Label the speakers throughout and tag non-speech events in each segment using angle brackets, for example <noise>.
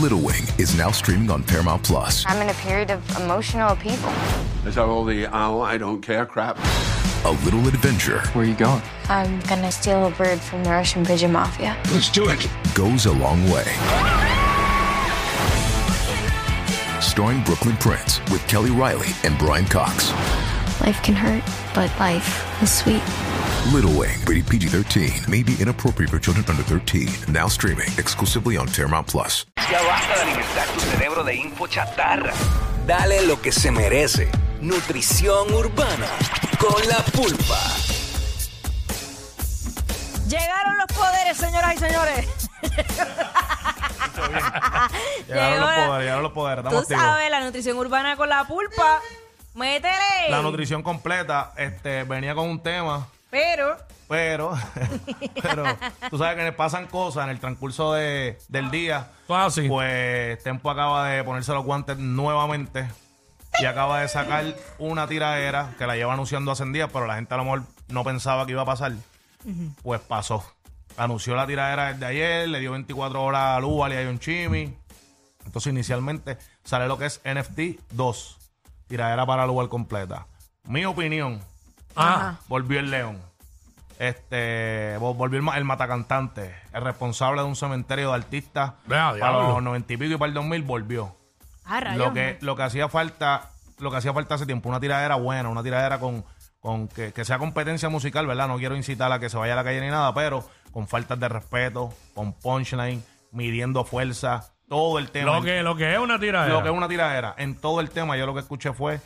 Speaker 1: Little Wing is now streaming on Paramount Plus.
Speaker 2: I'm in a period of emotional upheaval.
Speaker 3: Is that all the oh, I don't care crap?
Speaker 1: A little adventure
Speaker 4: Where are you going?
Speaker 2: I'm gonna steal a bird from the Russian pigeon mafia.
Speaker 5: Let's do it.
Speaker 1: goes a long way. Starring Brooklyn Prince with Kelly Riley and Brian Cox.
Speaker 6: Life can hurt, but life is sweet.
Speaker 1: Little Wing, rated PG 13, may be inappropriate for children under 13. Now streaming exclusively on Paramount Plus.
Speaker 7: Ya basta de alimentar tu cerebro de info chatarra. Dale lo que se merece. Nutrición urbana con la pulpa.
Speaker 8: Llegaron los poderes, señoras y señores.
Speaker 9: Llegaron los
Speaker 8: Llegó la-
Speaker 9: poderes, llegaron los poderes.
Speaker 8: Tú
Speaker 9: Estamos activos.
Speaker 8: sabes, la nutrición urbana con la pulpa. Métele.
Speaker 9: La nutrición completa este, venía con un tema,
Speaker 8: Pero,
Speaker 9: pero, <laughs> pero tú sabes que le pasan cosas en el transcurso de- del día.
Speaker 10: Ah, sí.
Speaker 9: Pues Tempo acaba de ponerse los guantes nuevamente y acaba de sacar una tiradera que la lleva anunciando hace días, pero la gente a lo mejor no pensaba que iba a pasar. Pues pasó. Anunció la tiradera desde ayer, le dio 24 horas a Lúbal y a John Chimmy. Entonces inicialmente sale lo que es NFT 2, tiradera para Lúbal completa. Mi opinión,
Speaker 10: Ah,
Speaker 9: volvió el león. Este, vol- volvió el, ma- el matacantante, el responsable de un cementerio de artistas
Speaker 10: Vea,
Speaker 9: para
Speaker 10: diablo.
Speaker 9: los 90 y pico y para el 2000 volvió.
Speaker 8: ah, rayos.
Speaker 9: Lo que, lo que hacía falta, lo que hacía falta hace tiempo, una tiradera buena, una tiradera con, con que, que sea competencia musical, ¿verdad? No quiero incitar a que se vaya a la calle ni nada, pero con faltas de respeto, con punchline, midiendo fuerza, todo el tema.
Speaker 10: lo, que, lo que es una tiradera.
Speaker 9: Lo que es una tiradera. En todo el tema, yo lo que escuché fue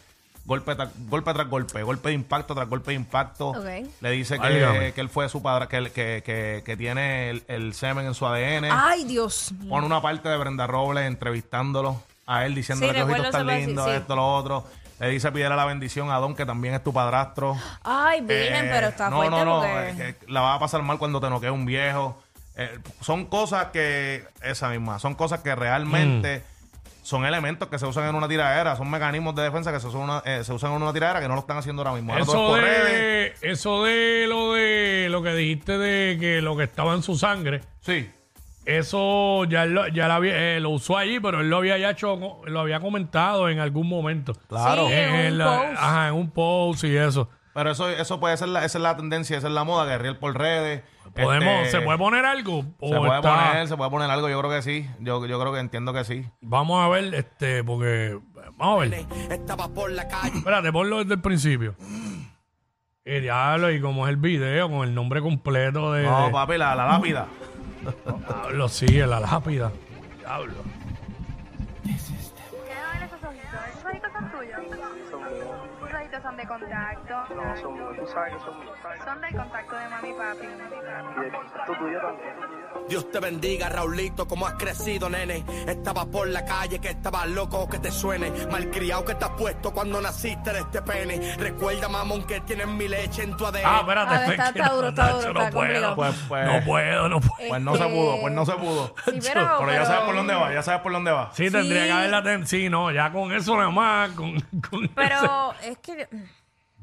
Speaker 9: golpe, tra- golpe tras golpe, golpe de impacto tras golpe de impacto.
Speaker 8: Ok.
Speaker 9: Le dice
Speaker 10: Válgame.
Speaker 9: que, que él fue su padre, que, él- que, que, que tiene el, el semen en su ADN.
Speaker 8: Ay, Dios mío.
Speaker 9: Pone una parte de Brenda Robles entrevistándolo a él, diciéndole
Speaker 8: Sí,
Speaker 9: que los
Speaker 8: recuerdo
Speaker 9: ojitos tan
Speaker 8: esa parte,
Speaker 9: lindos,
Speaker 8: sí.
Speaker 9: esto, lo otro. Le dice pidiera la bendición a Don, que también es
Speaker 8: <gasps>
Speaker 9: tu padrastro.
Speaker 8: Ay, Vilen,
Speaker 9: Eh,
Speaker 8: pero está
Speaker 9: no,
Speaker 8: fuerte
Speaker 9: No, no,
Speaker 8: porque.
Speaker 9: eh, que la vas a pasar mal cuando te noquee un viejo. Eh, son cosas que, esa misma, son cosas que realmente
Speaker 10: Mm.
Speaker 9: son elementos que se usan en una tiradera, son mecanismos de defensa que se usan, en una- eh, se usan en una tiradera que no lo están haciendo ahora mismo. Ahora todo
Speaker 10: Eso
Speaker 9: es por redes.
Speaker 10: de, Eh, eso de lo de lo que dijiste de que lo que estaba en su sangre,
Speaker 9: Sí,
Speaker 10: eso ya él lo, ya la había- eh, lo usó allí, pero él lo había ya hecho, lo había comentado en algún momento.
Speaker 9: claro.
Speaker 8: Sí, en un
Speaker 10: la-
Speaker 8: post.
Speaker 9: ah,
Speaker 10: Ajá, en un post y eso.
Speaker 9: Pero eso, eso puede ser la, esa es la tendencia, esa es la moda, guerrear por redes.
Speaker 10: Podemos,
Speaker 9: Este,
Speaker 10: ¿Se puede poner algo? ¿O
Speaker 9: Se puede
Speaker 10: está-
Speaker 9: poner, se puede poner algo, yo creo que sí. Yo, yo creo que entiendo que sí.
Speaker 10: Vamos a ver, este, porque. Vamos a ver.
Speaker 5: Estaba por la calle.
Speaker 10: Espérate, ponlo desde el principio. Y diablo, y como es el video, con el nombre completo de.
Speaker 9: No,
Speaker 10: de-
Speaker 9: papi, la, la lápida.
Speaker 10: Diablo, sí, en la lápida. Diablo.
Speaker 2: esos ojitos? ¿Esos ojitos son tuyos? ¿Esos ojitos son de contacto? No, son Son del contacto de mami y papi.
Speaker 5: Dios te bendiga, Raulito, cómo has crecido, nene. Estaba por la calle, que estaba loco, que te suene. Malcriado que te has puesto cuando naciste de este pene. Recuerda, mamón, que tienes mi leche en tu ADN.
Speaker 10: Ah, espérate,
Speaker 8: A ver, está-
Speaker 10: es que
Speaker 8: está
Speaker 10: no,
Speaker 8: duro, está
Speaker 10: no,
Speaker 8: duro,
Speaker 10: no
Speaker 8: está
Speaker 10: puedo.
Speaker 8: complicado.
Speaker 9: Pues, pues.
Speaker 10: No puedo, no puedo.
Speaker 9: Pues no se
Speaker 8: Este-
Speaker 9: pudo, pues no se pudo.
Speaker 8: Sí, pero,
Speaker 9: Pero ya sabes por dónde va, ya sabes por dónde va.
Speaker 10: Sí,
Speaker 8: Sí.
Speaker 10: tendría que haberla ten... Sí, no, ya con eso nada más, con, con ese-
Speaker 8: Pero es que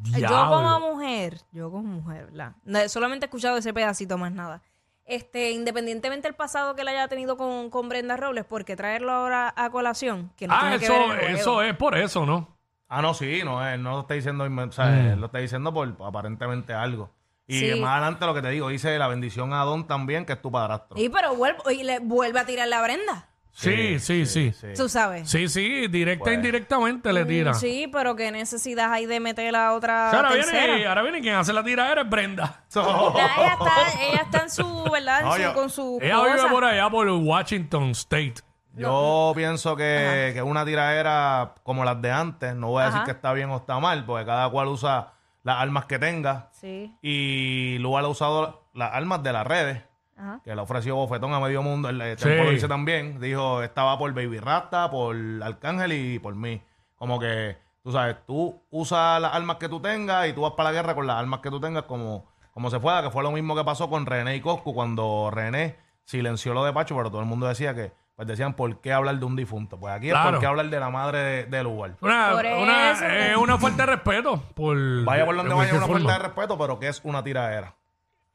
Speaker 8: yo
Speaker 10: Diablo.
Speaker 8: como mujer, yo como mujer, ¿verdad? No, solamente he escuchado ese pedacito más nada. Este, independientemente del pasado que él haya tenido con, con Brenda Robles, ¿por qué traerlo ahora a colación? Que no
Speaker 10: Ah,
Speaker 8: tiene que
Speaker 10: eso,
Speaker 8: ver el juego.
Speaker 10: eso es por eso, ¿no?
Speaker 9: Ah, no, sí, no, él no lo está diciendo, inmen- o sea,
Speaker 10: Mm.
Speaker 9: él lo está diciendo por aparentemente algo. Y
Speaker 8: Sí.
Speaker 9: más adelante lo que te digo, dice la bendición a Don también, que es tu padrastro.
Speaker 8: Y pero vuelvo, y le vuelve a tirar la Brenda.
Speaker 10: Sí, sí, sí. Sí,
Speaker 9: <laughs>
Speaker 8: Tú sabes.
Speaker 10: sí, directa
Speaker 9: Pues.
Speaker 10: e indirectamente le tira.
Speaker 8: Mm, Sí, pero qué necesidad hay de meter a
Speaker 10: O
Speaker 8: otra
Speaker 10: sea, ahora,
Speaker 8: tercera.
Speaker 10: viene, ahora viene quien hace la tiradera es Brenda.
Speaker 8: Ya, Ella está, ella está en su, ¿verdad? En
Speaker 9: No,
Speaker 8: su-
Speaker 9: yo-
Speaker 8: con su
Speaker 10: Ella vive
Speaker 8: cosa.
Speaker 10: por allá, por Washington State.
Speaker 9: Yo pienso que, que una tiradera como las de antes, no voy a decir
Speaker 8: Ajá.
Speaker 9: que está bien o está mal, porque cada cual usa las armas que tenga.
Speaker 8: Sí.
Speaker 9: Y Lugar ha usado las armas de las redes,
Speaker 8: Ajá.
Speaker 9: que le ofreció bofetón a medio mundo. El, el
Speaker 10: Sí.
Speaker 9: Tempo lo dice también. Dijo, estaba por Baby Rasta, por Arcángel y por mí. Como que, tú sabes, tú usas las armas que tú tengas y tú vas para la guerra con las armas que tú tengas como, como se pueda, que fue lo mismo que pasó con René y Coscu cuando René silenció lo de Pacho, pero todo el mundo decía que, pues decían, ¿por qué hablar de un difunto? Pues aquí es
Speaker 10: Claro.
Speaker 9: por qué hablar de la madre de- del lugar.
Speaker 10: Una,
Speaker 8: Por
Speaker 10: una,
Speaker 8: eso.
Speaker 10: eh, una falta de respeto. Por,
Speaker 9: Vaya por donde
Speaker 10: de
Speaker 9: vaya
Speaker 10: cualquier
Speaker 9: una
Speaker 10: forma.
Speaker 9: falta de respeto, pero que es una tiradera.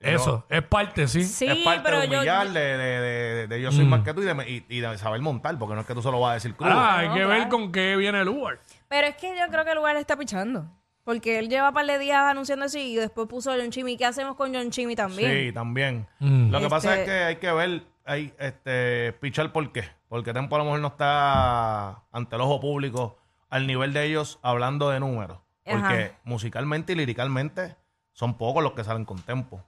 Speaker 10: Eso, es parte, sí.
Speaker 8: Sí,
Speaker 9: es parte
Speaker 8: pero
Speaker 9: de
Speaker 8: yo-
Speaker 9: humillar, de, de- de- de yo soy más que tú y de, y- y de saber montar, porque no es que tú se lo vas a decir crudo.
Speaker 10: Ah, hay
Speaker 8: No,
Speaker 10: que ver
Speaker 8: claro.
Speaker 10: con qué viene el Uber.
Speaker 8: Pero es que yo creo que el lugar está pichando. Porque él lleva un par de días anunciando eso y después puso a John Chimmy. ¿Qué hacemos con John Chimmy también?
Speaker 9: Sí, también.
Speaker 10: Mm.
Speaker 9: Lo que
Speaker 8: Este-
Speaker 9: pasa es que hay que ver, hay, este, pichar por qué. Porque Tempo a lo mejor no está ante el ojo público al nivel de ellos hablando de números. Porque
Speaker 8: Ajá.
Speaker 9: musicalmente y liricalmente son pocos los que salen con Tempo.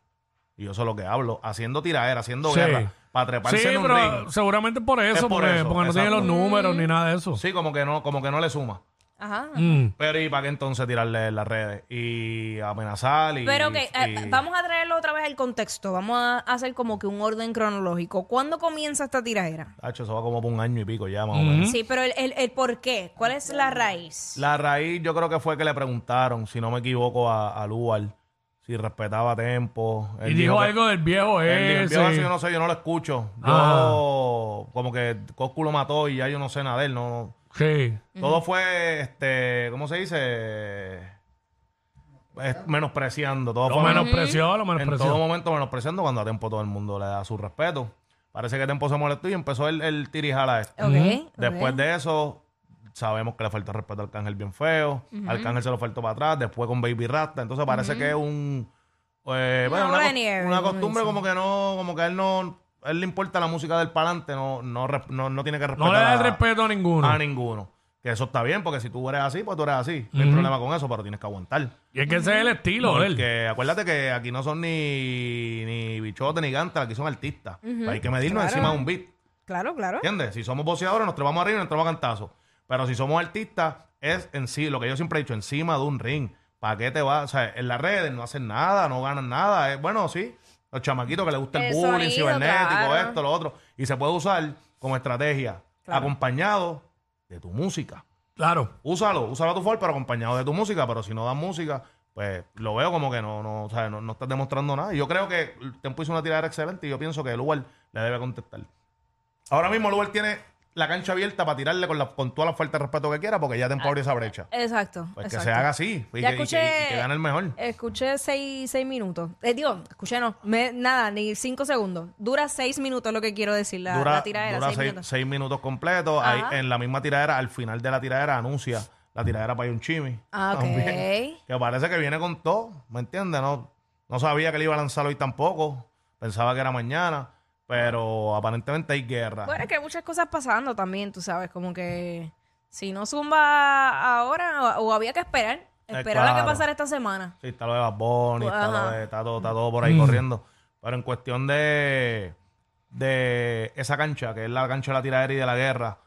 Speaker 9: Y yo sé lo que hablo. Haciendo tiradera, haciendo
Speaker 10: Sí.
Speaker 9: guerra, para treparse
Speaker 10: Sí,
Speaker 9: en un
Speaker 10: pero
Speaker 9: ring.
Speaker 10: seguramente por eso,
Speaker 9: por
Speaker 10: porque,
Speaker 9: eso,
Speaker 10: porque no tiene los
Speaker 9: exacto.
Speaker 10: números
Speaker 8: Mm.
Speaker 10: ni nada de eso.
Speaker 9: Sí, como que no, como que no le suma.
Speaker 8: Ajá.
Speaker 10: Mm.
Speaker 9: <laughs> Pero ¿y para qué entonces tirarle en las redes? Y amenazar y...
Speaker 8: Pero ok,
Speaker 9: y-
Speaker 8: eh, vamos a traerlo otra vez al contexto. Vamos a hacer como que un orden cronológico. ¿Cuándo comienza esta tiradera?
Speaker 9: Tacho, eso va como por un año y pico ya, más o
Speaker 10: ¿Mm?
Speaker 9: menos.
Speaker 8: Sí, pero el, el, el por qué. ¿Cuál es la raíz?
Speaker 9: La raíz yo creo que fue que le preguntaron, si no me equivoco, a, a Lugar si respetaba tempo.
Speaker 10: Y dijo algo del viejo
Speaker 9: él
Speaker 10: ese. Ah.
Speaker 9: dijo, "Eso yo no sé, yo no lo escucho. Yo como que Coscu lo mató y ya yo no sé nada de él. No,
Speaker 10: Sí.
Speaker 9: Todo fue, este, ¿cómo se dice? Es- menospreciando. Todo
Speaker 10: Lo
Speaker 9: fue
Speaker 10: menospreció, lo
Speaker 9: en todo
Speaker 10: menospreció.
Speaker 9: momento menospreciando cuando a Tempo todo el mundo le da su respeto. Parece que Tempo se molestó y empezó el, el tirijala este.
Speaker 8: Ok, ok.
Speaker 9: Después de eso, sabemos que le faltó respeto al Arcángel bien feo. Arcángel se lo faltó para atrás, después con Baby Rasta. Entonces parece que es un. eh,
Speaker 8: Una
Speaker 9: bueno,
Speaker 8: bola de
Speaker 9: cos-
Speaker 8: nieve,
Speaker 9: una
Speaker 8: como
Speaker 9: costumbre
Speaker 8: dicen.
Speaker 9: como que no. Como que a él no. a él le importa la música del palante, no, no, res- no, no tiene que respetar.
Speaker 10: No le da el
Speaker 9: a-
Speaker 10: respeto a ninguno.
Speaker 9: a ninguno. Que eso está bien, porque si tú eres así, pues tú eres así. No hay problema con eso, pero tienes que aguantar.
Speaker 10: Y es que ese es el estilo, de él.
Speaker 9: Porque acuérdate que aquí no son ni, ni bichotes ni gantas, aquí son artistas. Hay que medirnos encima de un beat.
Speaker 8: Claro, claro.
Speaker 9: ¿Entiendes? Si somos voceadores, nos trepamos arriba y nos trepamos a cantazos. Pero si somos artistas, es en sí, lo que yo siempre he dicho, encima de un ring. ¿Para qué te vas? O sea, en las redes no hacen nada, no ganan nada. Es, bueno, sí, los chamaquitos que les gusta el
Speaker 8: El
Speaker 9: bullying
Speaker 8: sonido,
Speaker 9: cibernético,
Speaker 8: claro.
Speaker 9: esto, lo otro. Y se puede usar como estrategia,
Speaker 8: Claro.
Speaker 9: acompañado de tu música.
Speaker 10: Claro.
Speaker 9: Úsalo, úsalo a tu favor, pero acompañado de tu música. Pero si no das música, pues lo veo como que no, no, o sea, no, no estás demostrando nada. Y yo creo que el Tempo hizo una tirada excelente y yo pienso que Lugar le debe contestar. Ahora mismo Lugar tiene la cancha abierta para tirarle con, la, con toda la falta de respeto que quiera, porque ya Tempo abrió esa brecha.
Speaker 8: Exacto.
Speaker 9: Pues que
Speaker 8: Ah, exacto.
Speaker 9: se haga así y,
Speaker 8: Ya
Speaker 9: que, y que-
Speaker 8: escuché-
Speaker 9: y que gane el mejor.
Speaker 8: Escuché seis, seis minutos. Eh, digo, escuché no. me- nada, ni cinco segundos. Dura seis minutos lo que quiero decir, la,
Speaker 9: dura
Speaker 8: la tiradera.
Speaker 9: dura
Speaker 8: seis
Speaker 9: seis,
Speaker 8: minutos.
Speaker 9: seis minutos completos. Ahí,
Speaker 8: Ajá.
Speaker 9: en la misma tiradera, al final de la tiradera, anuncia la tiradera para un chimi.
Speaker 8: Ah, ok. <laughs>
Speaker 9: Que parece que viene con todo, ¿me entiendes? No, no sabía que le iba a lanzar hoy tampoco. Pensaba que era mañana, pero aparentemente hay guerra.
Speaker 8: Bueno, es que hay muchas cosas pasando también, tú sabes, como que si no zumba ahora, o, o había que esperar,
Speaker 9: Eh,
Speaker 8: esperar a que
Speaker 9: claro.
Speaker 8: pasara esta semana.
Speaker 9: Sí, está lo de Bad Bunny,
Speaker 8: Pues,
Speaker 9: está, lo
Speaker 8: ajá.
Speaker 9: de- está todo, está todo por ahí corriendo. Pero en cuestión de, de esa cancha, que es la cancha de la tiradera y de la guerra,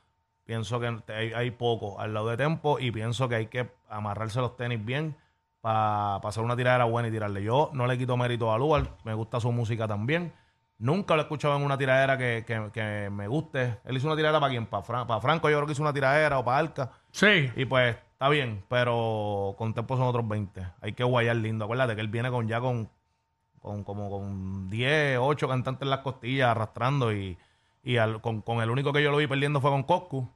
Speaker 9: pienso que hay, hay poco al lado de Tempo y pienso que hay que amarrarse los tenis bien para pasar una tiradera buena y tirarle. Yo no le quito mérito a Lugar, me gusta su música también. Nunca lo he escuchado en una tiradera que, que- que me guste. Él hizo una tiradera para quién, para, Franco, yo creo que hizo una tiradera o para Arca.
Speaker 10: Sí.
Speaker 9: Y pues está bien, pero con Tempo son otros 20. Hay que guayar lindo. Acuérdate que él viene con ya con, con como con 10, 8 cantantes en las costillas arrastrando y, y al- con, con el único que yo lo vi perdiendo fue con Coscu.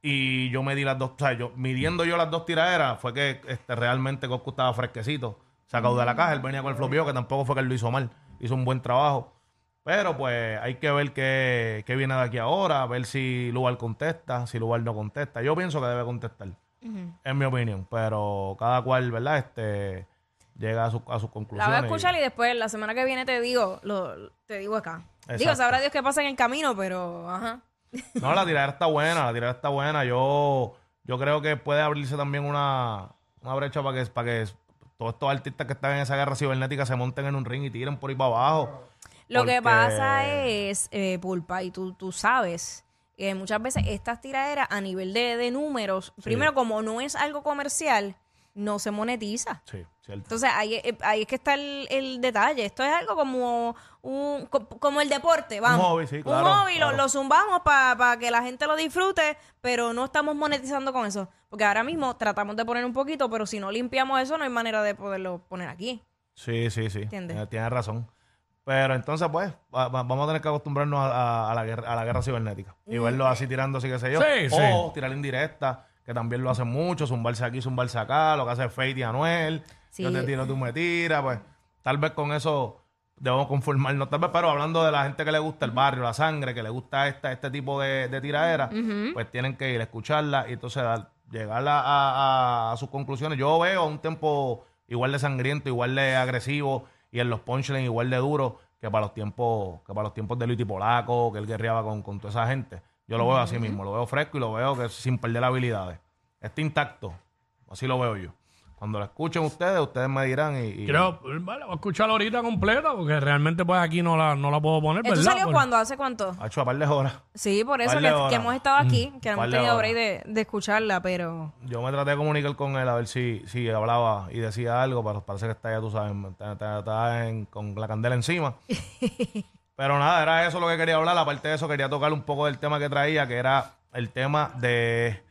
Speaker 9: Y yo me di las dos, o sea, yo, midiendo yo las dos tiraderas, fue que este, realmente Coscu estaba fresquecito, sacado de la caja, él venía con el flopio, que tampoco fue que él lo hizo mal, hizo un buen trabajo. Pero pues hay que ver qué, qué viene de aquí ahora, a ver si Lugar contesta, si Lugar no contesta. Yo pienso que debe contestar, en mi opinión, pero cada cual, ¿verdad? Este llega a, su- a sus
Speaker 8: La
Speaker 9: conclusiones.
Speaker 8: voy a
Speaker 9: y-
Speaker 8: escuchar y después la semana que viene te digo, lo, te digo acá. Digo,
Speaker 9: Exacto.
Speaker 8: sabrá Dios qué pasa en el camino, pero ajá.
Speaker 9: No, la tirada está buena, la tirada está buena. Yo, yo creo que puede abrirse también una, una brecha para que, para que todos estos artistas que están en esa guerra cibernética se monten en un ring y tiren por ahí para abajo.
Speaker 8: Lo que
Speaker 9: Porque-
Speaker 8: pasa es, eh, Pulpa, y tú, tú sabes, que muchas veces estas tiraderas a nivel de, de números, primero como no es algo comercial, no se monetiza.
Speaker 9: Sí, cierto.
Speaker 8: Entonces ahí, eh, ahí es que está el, el detalle. Esto es algo como un co- como el deporte, vamos.
Speaker 9: hobby, sí, claro,
Speaker 8: Un hobby, lo-
Speaker 9: claro.
Speaker 8: Lo, zumbamos para que la gente lo disfrute, pero no estamos monetizando con eso. Porque ahora mismo tratamos de poner un poquito, pero si no limpiamos eso, no hay manera de poderlo poner aquí.
Speaker 9: Sí, sí, sí.
Speaker 8: ¿Entiendes?
Speaker 9: Tienes, tienes razón. Pero entonces, pues, va- va- vamos a tener que acostumbrarnos a, a- a la, guerra, a la guerra cibernética
Speaker 8: Mm.
Speaker 9: y verlo así tirando, así que sé yo.
Speaker 10: Sí,
Speaker 9: o tirar indirecta, que también lo hacen mucho, zumbarse aquí, zumbarse acá, lo que hace Fate y Anuel.
Speaker 8: Sí.
Speaker 9: Yo te tiro, tú me tiras, pues. Tal vez con eso debemos conformarnos tal vez, pero hablando de la gente que le gusta el barrio, la sangre, que le gusta esta, este tipo de, de tiradera, pues tienen que ir a escucharla y entonces al llegar a, a- a- a sus conclusiones. Yo veo un tiempo igual de sangriento, igual de agresivo y en los punchlines igual de duro que para los tiempos que para los tiempos de Luis Polaco, que él guerreaba con, con toda esa gente. Yo lo veo así mismo, lo veo fresco y lo veo que sin perder habilidades. Está intacto, así lo veo yo. Cuando lo escuchen ustedes, ustedes me dirán y... y-
Speaker 10: Creo, vale, voy a escucharla ahorita completa porque realmente pues aquí no la, no la puedo poner,
Speaker 8: ¿Esto
Speaker 10: ¿verdad? Pues,
Speaker 8: salió
Speaker 10: Por-
Speaker 8: cuando? ¿Hace cuánto?
Speaker 9: Ha hecho a par de horas.
Speaker 8: Sí, por eso
Speaker 9: Par
Speaker 8: que,
Speaker 9: de horas. Mm,
Speaker 8: que hemos estado aquí, que no hemos
Speaker 9: Par de
Speaker 8: tenido
Speaker 9: horas.
Speaker 8: break de, de escucharla, pero...
Speaker 9: Yo me traté de comunicar con él a ver si, si hablaba y decía algo, pero parece que está ya, tú sabes, está, está- está en- con la candela encima. pero nada, era eso lo que quería hablar. Aparte de eso, quería tocar un poco del tema que traía, que era el tema de...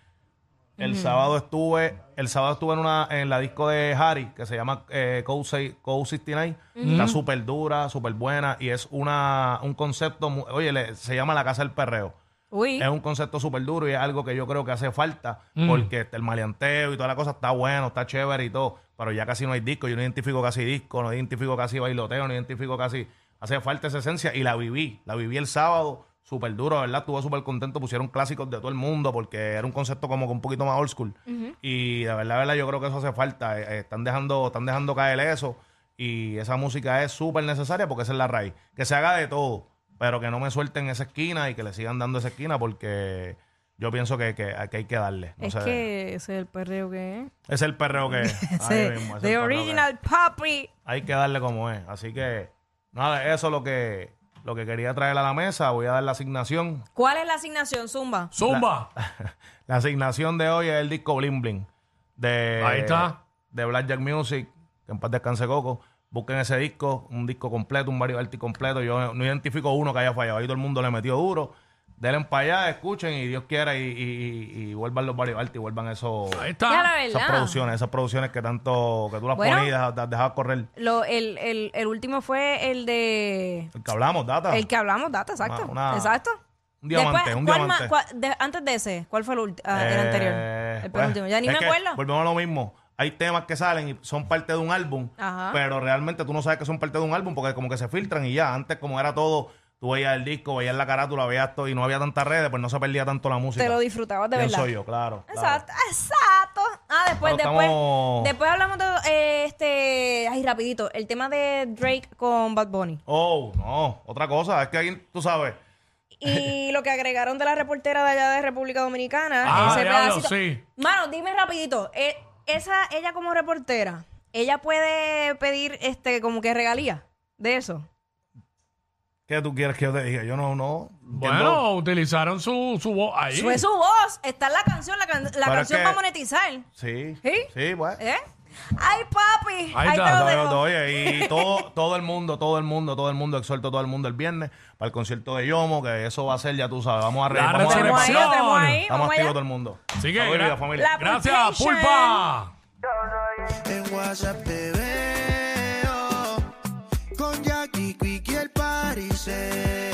Speaker 9: El sábado estuve, el sábado estuve en una, en la disco de Harry, que se llama eh, Code Sei- Code 69. Está súper dura, súper buena, y es una, un concepto, mu- oye, le- se llama La Casa del Perreo.
Speaker 8: Uy,
Speaker 9: Es un concepto súper duro y es algo que yo creo que hace falta porque este, el maleanteo y toda la cosa está bueno, está chévere y todo, pero ya casi no hay disco. Yo no identifico casi disco, no identifico casi bailoteo, no identifico casi. Hace falta esa esencia y la viví. La viví el sábado súper duro, ¿verdad? Estuve súper contento, pusieron clásicos de todo el mundo porque era un concepto como que un poquito más old school. Y la verdad, la verdad, yo creo que eso hace falta. Eh, eh, están, dejando, están dejando caer eso y esa música es súper necesaria porque esa es la raíz. Que se haga de todo pero que no me suelten esa esquina y que le sigan dando esa esquina porque yo pienso que, que- que hay que darle. No
Speaker 8: es
Speaker 9: sé.
Speaker 8: que ese es el perreo que es.
Speaker 9: Es el perreo
Speaker 8: <laughs>
Speaker 9: que es. Ahí
Speaker 8: Ese-
Speaker 9: mismo, es el
Speaker 8: the
Speaker 9: perreo que es.
Speaker 8: original papi.
Speaker 9: Hay que darle como es. Así que, nada, eso es lo que, lo que quería traer a la mesa. Voy a dar la asignación.
Speaker 8: ¿Cuál es la asignación, Zumba?
Speaker 10: Zumba.
Speaker 9: La asignación de hoy es el disco Bling Bling. De,
Speaker 10: Ahí está.
Speaker 9: De Blackjack Music. Que en paz descanse Coco. Busquen ese disco, un disco completo, un variety completo. Yo no identifico uno que haya fallado. Ahí todo el mundo le metió duro. Denle para allá, escuchen y Dios quiera y, y- y- y vuelvan los variety, vuelvan esos,
Speaker 10: Ahí
Speaker 8: Ya
Speaker 10: está.
Speaker 8: la
Speaker 9: esas
Speaker 8: verdad.
Speaker 9: producciones, esas producciones que tanto, que tú las
Speaker 8: Bueno.
Speaker 9: pones y dejas, dejas correr.
Speaker 8: Lo, el, el, el último fue el de...
Speaker 9: El que hablamos, data.
Speaker 8: El que hablamos, data, exacto.
Speaker 9: Ah. Una- una-
Speaker 8: exacto.
Speaker 9: un diamante,
Speaker 8: Después,
Speaker 9: un
Speaker 8: ¿cuál
Speaker 9: diamante.
Speaker 8: más- cuál- de- antes de ese, ¿cuál fue el, ulti- ah, el
Speaker 9: Eh,
Speaker 8: anterior? El
Speaker 9: pues,
Speaker 8: penúltimo. Ya ni
Speaker 9: es
Speaker 8: me
Speaker 9: que
Speaker 8: acuerdo.
Speaker 9: Volvemos a lo mismo. Hay temas que salen y son parte de un álbum,
Speaker 8: Ajá.
Speaker 9: pero realmente tú no sabes que son parte de un álbum porque como que se filtran y ya. Antes como era todo, tú veías el disco, veías la carátula, veías todo y no había tantas redes, pues no se perdía tanto la música.
Speaker 8: Te lo disfrutabas de
Speaker 9: Pienso
Speaker 8: verdad.
Speaker 9: yo, claro. claro.
Speaker 8: Exacto, exacto. Ah, después,
Speaker 9: Pero
Speaker 8: después.
Speaker 9: estamos-
Speaker 8: Después hablamos de eh, este. Ay, rapidito. El tema de Drake con Bad Bunny.
Speaker 9: Oh, no. Otra cosa, es que ahí, tú sabes,
Speaker 8: Y lo que agregaron de la reportera de allá de República Dominicana.
Speaker 10: Ah,
Speaker 8: ese
Speaker 10: diablo,
Speaker 8: pedacito.
Speaker 10: sí.
Speaker 8: Mano, dime rapidito. eh, esa, ella como reportera, ella puede pedir este como que regalía de eso.
Speaker 9: ¿qué tú quieres que yo te diga? Yo no, no. entiendo.
Speaker 10: Bueno, utilizaron su, su voz ahí.
Speaker 8: Fue su voz. Está en la canción. La, can- la
Speaker 9: es
Speaker 8: canción
Speaker 9: que-
Speaker 8: va a monetizar.
Speaker 9: Sí.
Speaker 8: ¿Sí?
Speaker 9: Sí, pues. bueno.
Speaker 8: ¿Eh? Ay, papi.
Speaker 10: Ahí
Speaker 8: Ahí
Speaker 10: está,
Speaker 8: te
Speaker 10: está,
Speaker 8: lo
Speaker 9: Todo,
Speaker 8: dejo.
Speaker 9: todo, oye, y todo, todo el mundo, todo el mundo, todo el mundo, exhorto a todo el mundo el viernes para el concierto de Yomo, que eso va a ser, ya tú sabes, vamos a re-
Speaker 10: La
Speaker 9: vamos a
Speaker 8: Estamos ahí,
Speaker 9: reaccionar.
Speaker 10: resurrección.
Speaker 8: estamos ahí,
Speaker 9: Estamos
Speaker 8: vamos
Speaker 9: activos
Speaker 8: allá.
Speaker 9: todo el mundo.
Speaker 10: Así que,
Speaker 9: Saludos,
Speaker 10: gra-
Speaker 9: familia.
Speaker 8: La
Speaker 10: gracias,
Speaker 8: pulpation.
Speaker 10: Pulpa.
Speaker 5: En WhatsApp te veo con Jackie Quick y el Pariseo.